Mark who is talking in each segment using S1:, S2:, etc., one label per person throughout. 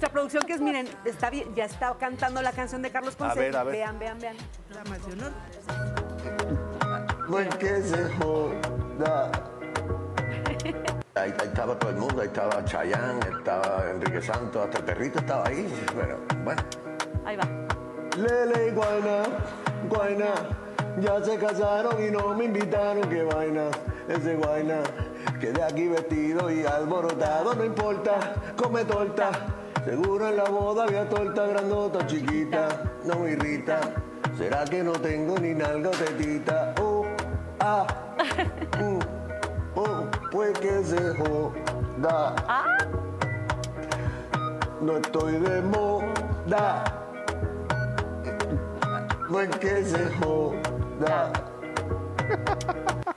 S1: producción que es, miren, está bien, ya está cantando la canción de Carlos Ponce.
S2: A ver, a ver.
S1: Vean, vean, vean.
S3: Damas de honor.
S4: Güey, ¿qué se joda? Ahí, ahí estaba todo el mundo, ahí estaba Chayanne, estaba Enrique Santos, hasta el perrito estaba ahí. Bueno, bueno.
S1: Ahí va.
S4: Lele y Guayna, Guayna, ya se casaron y no me invitaron, qué vaina, ese Guayna. Quedé aquí vestido y alborotado, no importa, come torta. Seguro en la boda había torta grandota, chiquita, no me irrita. ¿Será que no tengo ni nalga o tetita? Oh, ah, mm, oh, pues que se joda. No estoy de moda. Pues que se joda.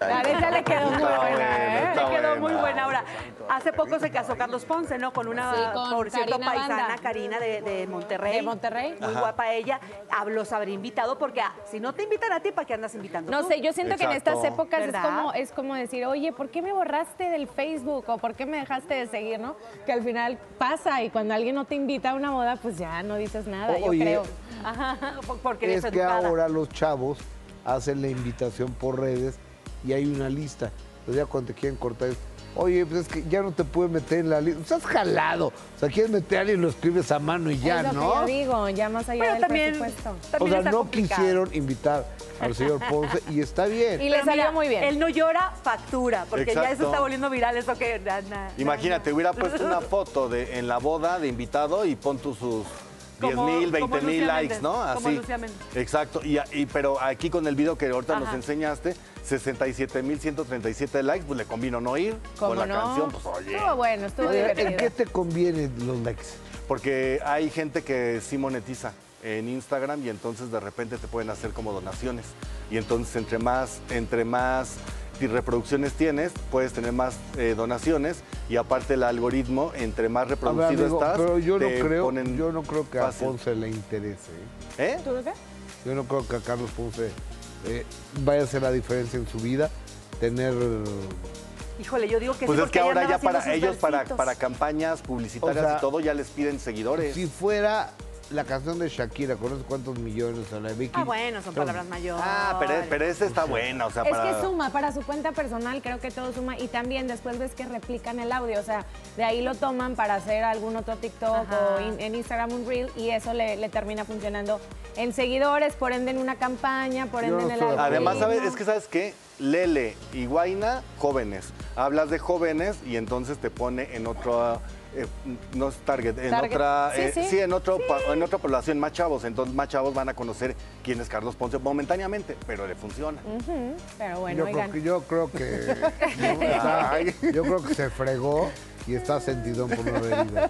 S1: A ver, ya le quedó muy
S2: Está
S1: buena,
S2: buena,
S1: ¿eh?
S2: está
S1: Le quedó muy
S2: buena.
S1: buena. Ahora, hace poco se casó Carlos Ponce, ¿no? Con una,
S5: Sí, con
S1: por cierto,
S5: Karina
S1: paisana,
S5: Banda.
S1: Karina de, de Monterrey.
S5: De Monterrey.
S1: Muy guapa ella. Ah, Los habrá invitado porque ah, si no te invitan a ti, ¿para qué andas invitando
S5: No
S1: tú?
S5: sé, yo siento que en
S2: Exacto.
S5: estas épocas es
S1: ¿Verdad?
S5: como, es como decir, oye, ¿por qué me borraste del Facebook? ¿O por qué me dejaste de seguir, no? Que al final pasa y cuando alguien no te invita a una boda, pues ya no dices nada, yo
S6: Oye,
S5: creo.
S1: Ajá, por- porque eres
S6: Es que
S1: educada.
S6: ahora los chavos hacen la invitación por redes y hay una lista. Entonces ya cuando te quieren cortar, es, oye, pues es que ya no te pude meter en la lista. Estás jalado. O sea, quieres meter a alguien y lo escribes a mano y ya,
S5: es lo
S6: ¿no?
S5: que yo digo, ya más allá
S1: Pero
S5: del
S1: también,
S5: presupuesto.
S6: o
S1: también
S6: sea,
S1: está
S6: no
S1: complicado.
S6: quisieron invitar al señor Ponce y está bien.
S5: Y le
S1: Pero
S5: salió
S1: Pues mira,
S5: muy bien.
S1: Él no llora, factura, porque ya eso
S2: Exacto.
S1: está volviendo viral, eso que... na- na-
S2: Imagínate, hubiera puesto una foto de, en la boda de invitado y pon tú sus 10
S1: Como-
S2: mil,
S1: como
S2: 20 mil
S1: Lucía
S2: likes, ¿no?
S1: Méndez, como
S2: Así.
S1: Lucía Méndez.
S2: Exacto. Y, a- y- pero aquí con el video que ahorita nos
S1: Ajá.
S2: enseñaste, 67 mil 137 likes, pues le convino no ir
S5: ¿Cómo
S2: con la
S5: no?
S2: canción, pues oye.
S5: Estuvo bueno, estuvo
S6: Oye, ¿En
S5: divertido.
S6: qué te convienen los likes?
S2: Porque hay gente que sí monetiza en Instagram y entonces de repente te pueden hacer como donaciones. Y entonces entre más, entre más ti- reproducciones tienes, puedes tener más eh, donaciones y aparte el algoritmo, entre más
S6: A ver,
S2: reproducido
S6: amigo,
S2: estás,
S6: pero yo
S2: te
S6: no creo,
S2: ponen
S6: yo no creo que a
S2: fácil.
S6: Ponce le interese. ¿eh?
S2: ¿Eh?
S5: ¿Tú lo crees?
S6: Yo no creo que a Carlos Ponce eh, vaya a hacer la diferencia en su vida tener
S1: Híjole, yo digo que
S2: Pues
S1: sí,
S2: es
S1: porque
S2: que
S1: ella
S2: ahora
S1: andaba
S2: ya
S1: haciendo
S2: para
S1: sus
S2: ellos, para,
S1: versitos.
S2: para campañas publicitarias
S6: O sea,
S2: y todo, ya les piden seguidores.
S6: Si fuera la canción de Shakira, con esos cuántos millones a la de Vicky.
S1: Ah, bueno, son palabras mayores.
S2: Ah, pero, pero ese está bueno, o sea,
S5: Es
S2: para...
S5: que suma, para su cuenta personal creo que todo suma y también después ves que replican el audio, o sea, de ahí lo toman para hacer algún otro TikTok
S1: Ajá.
S5: o in- en Instagram un reel y eso le, le termina funcionando en seguidores, por ende en una campaña, por
S6: Yo
S5: ende
S6: no
S5: en el
S6: estoy de
S5: algoritmo.
S6: acuerdo.
S2: Además, ¿sabes? es que sabes qué, Lele y Guaina, jóvenes. Hablas de jóvenes y entonces te pone en otra, eh, no es target, en
S5: Target.
S2: otra,
S5: Sí,
S2: eh,
S5: sí.
S2: en otro, pa- en otra población más chavos. Entonces más chavos van a conocer quién es Carlos Ponce momentáneamente, pero le funciona.
S5: Ujú, Pero bueno,
S6: yo,
S5: oigan.
S6: creo que, yo creo que. Ay, yo creo que se fregó y está sentidón por no haber ido.